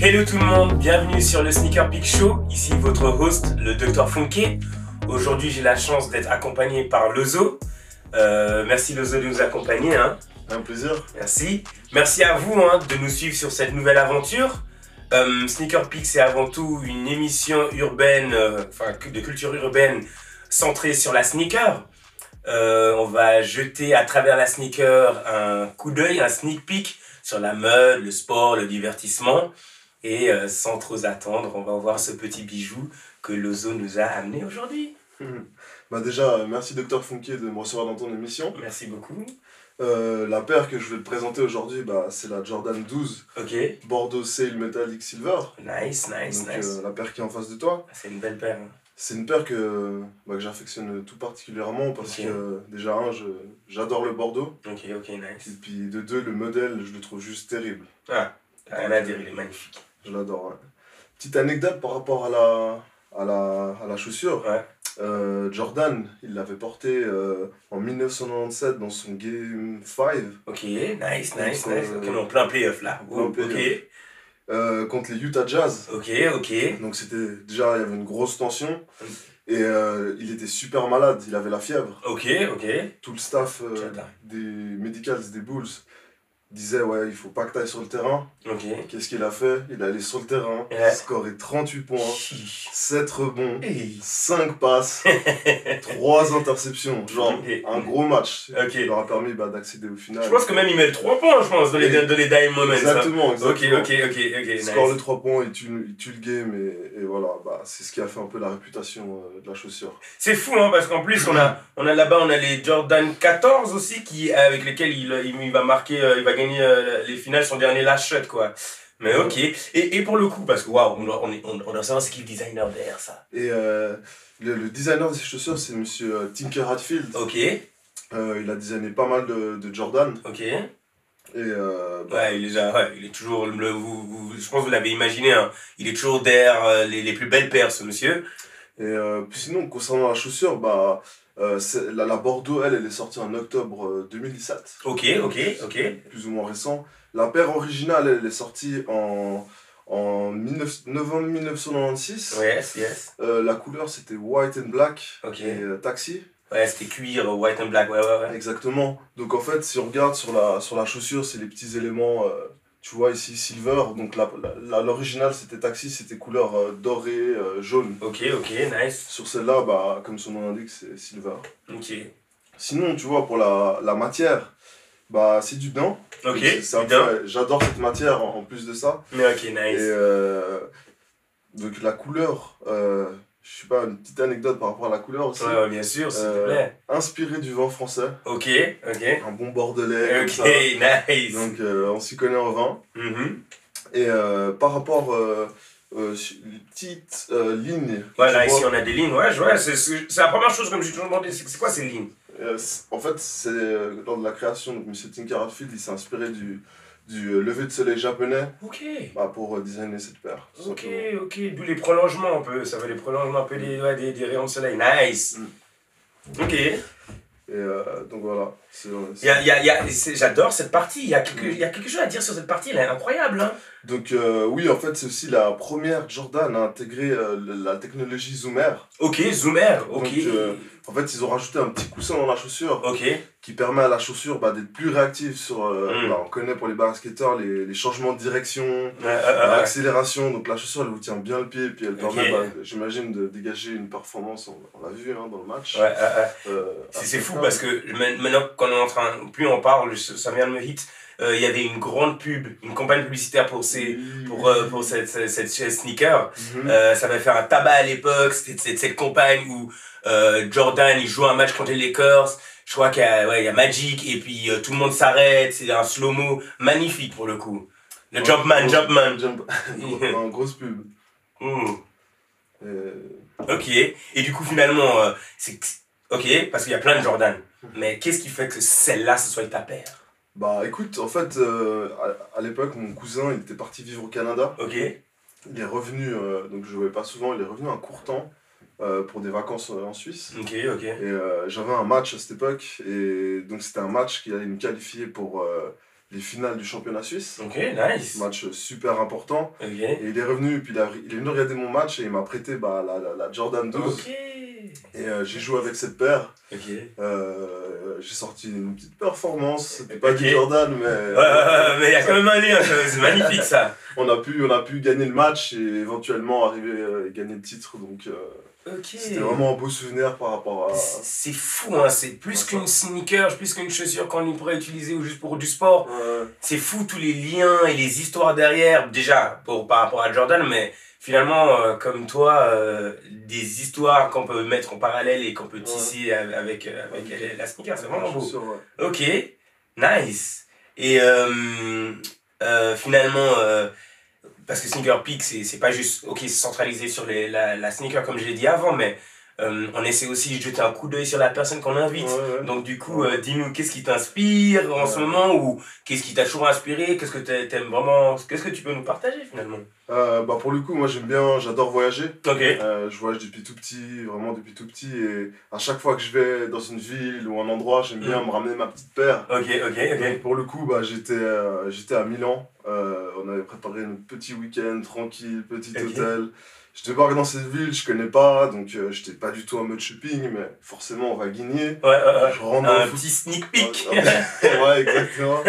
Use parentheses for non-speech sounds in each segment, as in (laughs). Hello tout le monde, bienvenue sur le Sneaker Peak Show. Ici votre host, le Dr Funke. Aujourd'hui, j'ai la chance d'être accompagné par Lozo. Euh, merci Lozo de nous accompagner. hein. Un plaisir. (laughs) Merci. Merci à vous hein, de nous suivre sur cette nouvelle aventure. Euh, Sneaker Peak, c'est avant tout une émission urbaine, euh, enfin cu- de culture urbaine, centrée sur la sneaker. Euh, on va jeter à travers la sneaker un coup d'œil, un sneak peek sur la mode, le sport, le divertissement. Et euh, sans trop attendre, on va voir ce petit bijou que Lozo nous a amené aujourd'hui. Bah déjà, euh, merci Docteur Funky de me recevoir dans ton émission. Merci beaucoup. Euh, la paire que je vais te présenter aujourd'hui, bah, c'est la Jordan 12 Ok, Bordeaux Sale Metallic Silver. nice, nice, Donc, nice. euh, la paire qui est en face de toi. C'est une belle paire. hein. C'est une paire que, bah, que j'affectionne tout particulièrement parce Ok. que euh, déjà, un, je- j'adore le Bordeaux. Ok, ok, Et nice. puis de deux, le modèle, je le trouve juste terrible. Rien à dire, il est magnifique. Je l'adore. ouais. Petite anecdote par rapport à la, à la, à la chaussure. Ouais. Euh, Jordan, il l'avait portée euh, en 1997 dans son Game 5 Ok, nice, nice, Donc, nice. euh, Ok, on est en plein playoff là. plein Oh, ok, playoff. euh, contre les Utah Jazz. ok, ok. Donc c'était déjà, il y avait une grosse tension. Mm. Et euh, il était super malade, il avait la fièvre. Ok, ok. Tout le staff euh, Jordan. des Medicals, des Bulls, disait Ouais, il faut pas que tu sur le terrain. Ok. Qu'est-ce qu'il a fait Il est allé sur le terrain, Ouais. scoré 38 points, Chiche. 7 rebonds. Hey. (laughs) 5 passes, 3 interceptions. Genre, Ok. un gros match Ok. qui leur a permis bah, d'accéder au final. Je pense que même il met le 3 points, je pense, dans les, Et- dans les Dime Moments. hein. Exactement, exactement. Ok, ok, ok, ok. Il Nice. score les 3 points, il tue, il tue le game et, et voilà, bah, c'est ce qui a fait un peu la réputation euh, de la chaussure. C'est fou, hein, parce qu'en plus, on a, on a là-bas, on a les Jordan 14 aussi, qui, avec lesquels il, il, il va marquer, euh, il va gagner euh, les finales, son dernier last shot, quoi. Mais ok. Et, et pour le coup, parce que waouh, on doit, on, est- on, on doit savoir ce qui est le designer derrière ça. Et euh, le, le designer de ces chaussures, c'est monsieur euh, Tinker Hatfield. Ok, Euh, il a designé pas mal de, de Jordan. ok. Et euh, bah, Ouais, il est, déjà- ouais, il est toujours. le- vous, vous- je pense que vous l'avez imaginé, hein. il est toujours derrière euh, les, les plus belles paires, ce monsieur. Et euh, puis sinon, concernant la chaussure, bah, euh, c'est- la, la Bordeaux, elle, elle est sortie en octobre euh, 2017. Ok, ok, ok. Plus ou moins récent. La paire originale, elle, elle est sortie en, en 19 novembre 1996. Yes, yes. Euh, la couleur, c'était white and black Ok. et euh, taxi. Ouais, c'était cuir, euh, white and black, ouais, ouais, ouais. Exactement. Donc en fait, si on regarde sur la, sur la chaussure, c'est les petits éléments, euh, tu vois ici, silver. Donc la- la- l'original, c'était taxi, c'était couleur euh, dorée, euh, jaune. Ok, ok, nice. Sur celle-là, bah, comme son nom l'indique, c'est silver. Ok. Sinon, tu vois, pour la, la matière, bah, c'est du daim. Ok, C'est- c'est un bien. peu- J'adore cette matière en, en plus de ça. Mais ok, Et nice. euh, donc la couleur, euh, je sais pas, une petite anecdote par rapport à la couleur aussi. Ouais, ouais, bien sûr, s'il te Euh, plaît. Inspiré du vin français, Ok, ok. un bon bordelais. comme Ok, ça. nice. Donc euh, on s'y connaît en vin. Mhm. Et euh, par rapport euh, euh, su- les petites euh, lignes, que Voilà, tu vois, ici on a des lignes, ouais, je vois. C'est c'est- c'est la première chose que je me suis toujours demandé, c'est c'est quoi ces lignes euh, c'est- en fait, c'est euh, lors de la création, donc M. Tinker Hatfield, il s'est inspiré du, du euh, lever de soleil japonais Ok. bah, pour euh, designer cette paire. tout Ok, simplement. ok, d'où les prolongements un peu, ça va les prolongements un peu des, ouais, des, des rayons de soleil, nice. Mm. Ok, Et euh, donc voilà, c'est Il y a- il y a- il y a- c'est- j'adore cette partie, il y, a quelque- il y a quelque chose à dire sur cette partie, elle est incroyable. Hein. Donc euh, oui, en fait, c'est aussi la première Jordan à intégrer euh, le- la technologie Zoomer. Ok, zoomer, ok. Donc, euh, En fait, ils ont rajouté un petit coussin dans la chaussure Ok, qui permet à la chaussure bah, d'être plus réactive sur... euh, Mm. bah, on connaît pour les basketteurs les, les changements de direction, Euh, euh, euh, l'accélération. Donc la chaussure, elle vous tient bien le pied puis elle permet, Ok. bah, j'imagine, de dégager une performance. On, on l'a vu hein, dans le match. ouais, euh, euh. Euh, C'est c'est fou après parce que ma- maintenant qu'on est en train, plus on parle, je- ça vient de me hit, euh, il y avait une grande pub, une campagne publicitaire pour, ces, pour, euh, pour cette, cette, cette chaise sneaker. Mhm. Euh, ça avait fait un tabac à l'époque, c'était c'était cette campagne où euh, Jordan il joue un match contre les Lakers. Je crois qu'il y, a- ouais, il y a Magic et puis euh, tout le monde s'arrête, c'est un slow-mo magnifique pour le coup. Le Ouais, Jumpman, gros- Jumpman. Jump- (laughs) (laughs) Ouais, grosse pub. Mm. Euh, Ok, et du coup finalement, euh, c'est ok parce qu'il y a plein de Jordan. Mais qu'est-ce qui fait que celle-là ce soit ta paire Bah écoute, en fait, euh, à, à l'époque, mon cousin, il était parti vivre au Canada. Ok, Il est revenu, euh, donc je jouais pas souvent, il est revenu un court temps euh, pour des vacances euh, en Suisse. ok, ok. Et euh, j'avais un match à cette époque, et donc c'était un match qui allait me qualifier pour euh, les finales du championnat suisse. Ok, nice. Match super important. Ok. Et il est revenu, puis il, a- il est venu regarder mon match et il m'a prêté bah, la, la- la Jordan 12. Ok. Et euh, j'ai joué avec cette paire. Ok. Ouais, Euh, j'ai sorti une petite performance. C'était pas Ok. du Jordan, ouais, mais ouais, mais il y a quand même un lien, c'est magnifique ça. on, a pu, on a pu gagner le match et éventuellement arriver euh, et gagner le titre. Donc euh, Ok. c'était vraiment un beau souvenir par rapport à. C'est c'est fou, hein. c'est plus qu'une sneaker, plus qu'une chaussure qu'on y pourrait utiliser ou juste pour du sport. Ouais. C'est fou tous les liens et les histoires derrière, déjà pour, par rapport à Jordan, mais finalement, euh, comme toi, euh, des histoires qu'on peut mettre en parallèle et qu'on peut tisser av- avec, euh, avec la- la sneaker, c'est vraiment beau. Chaussure, ouais. Ok, nice. Et euh, euh, finalement, euh, parce que Sneaker Peak, c'est c'est pas juste, ok, c'est centralisé sur les, la, la sneaker comme je l'ai dit avant, mais euh, on essaie aussi de jeter un coup d'œil sur la personne qu'on invite. Ouais, ouais. Donc du coup, euh, dis-nous, qu'est-ce qui t'inspire en ce Ouais. moment ou qu'est-ce qui t'a toujours inspiré Qu'est-ce que t'a- t'aimes vraiment Qu'est-ce que tu peux nous partager finalement Euh, bah, pour le coup, moi j'aime bien, j'adore voyager. Ok. Euh, je voyage depuis tout petit, vraiment depuis tout petit. Et à chaque fois que je vais dans une ville ou un endroit, j'aime Mm. bien me ramener ma petite paire. Ok, ok, Donc, ok. pour le coup, bah, j'étais euh, j'étais à Milan. Euh, on avait préparé un petit week-end tranquille, petit Ok. hôtel. Je débarque dans cette ville, je connais pas, donc euh, j'étais pas du tout en mode shopping, mais forcément on va guigner. Ouais, ouais, ouais. Je rentre dans Euh, Un le foot. petit sneak peek. (laughs) ouais, exactement.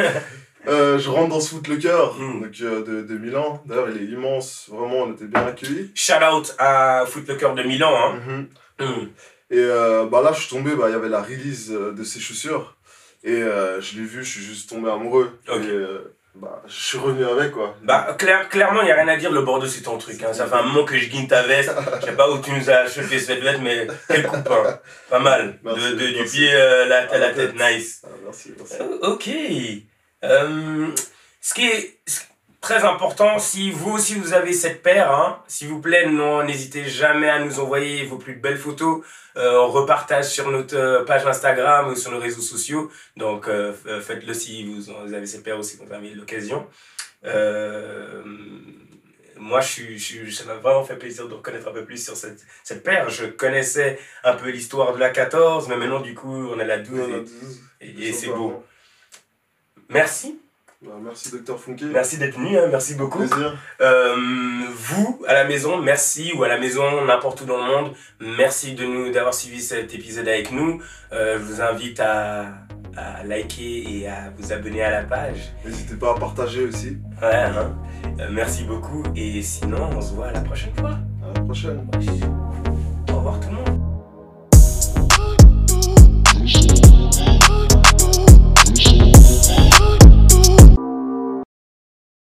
Euh, je rentre dans ce foot le cœur Mm. donc, euh, de, de Milan. D'ailleurs, il est immense, vraiment, on était bien accueillis. Shout out à Footlocker de Milan. Hein. Mhm. Hmm. Et euh, bah là, je suis tombé, bah, il y avait la release euh, de ses chaussures. Et euh, je l'ai vu, je suis juste tombé amoureux. Ok. Et euh, bah, je suis revenu avec, quoi. Bah, clair- clairement, il n'y a rien à dire, le Bordeaux, c'est ton truc. hein. Ça fait un moment que je guine ta veste. Je sais pas où tu nous as acheté cette veste, mais quel copain. Pas mal. De, Merci, de- du merci. pied euh, la- à À la la tête, nice. Ah, merci, merci. Euh, Ok. Euh, ce qui est ce- très important, si vous aussi vous avez cette paire, hein, s'il vous plaît, non, n'hésitez jamais à nous envoyer vos plus belles photos. Euh, on repartage sur notre euh, page Instagram ou sur nos réseaux sociaux. Donc euh, f- euh, faites-le si vous, en- vous avez cette paire aussi, quand vous avez l'occasion. Euh, moi, je suis, je suis- ça m'a vraiment fait plaisir de reconnaître un peu plus sur cette, cette paire. Je connaissais un peu l'histoire de la 14, mais maintenant, du coup, on a la 12 Voilà, et- douze. et, et c'est Sympa, beau. hein. Merci. Bah, merci, Docteur Funky. Merci d'être venu, hein, merci beaucoup. Plaisir. Euh, vous, à la maison, merci, ou à la maison, n'importe où dans le monde, merci de nous d'avoir suivi cet épisode avec nous. Euh, je vous invite à, à liker et à vous abonner à la page. N'hésitez pas à partager aussi. Ouais, hein. Euh, merci beaucoup, et sinon, on se voit à la prochaine fois. À la prochaine. Wesh.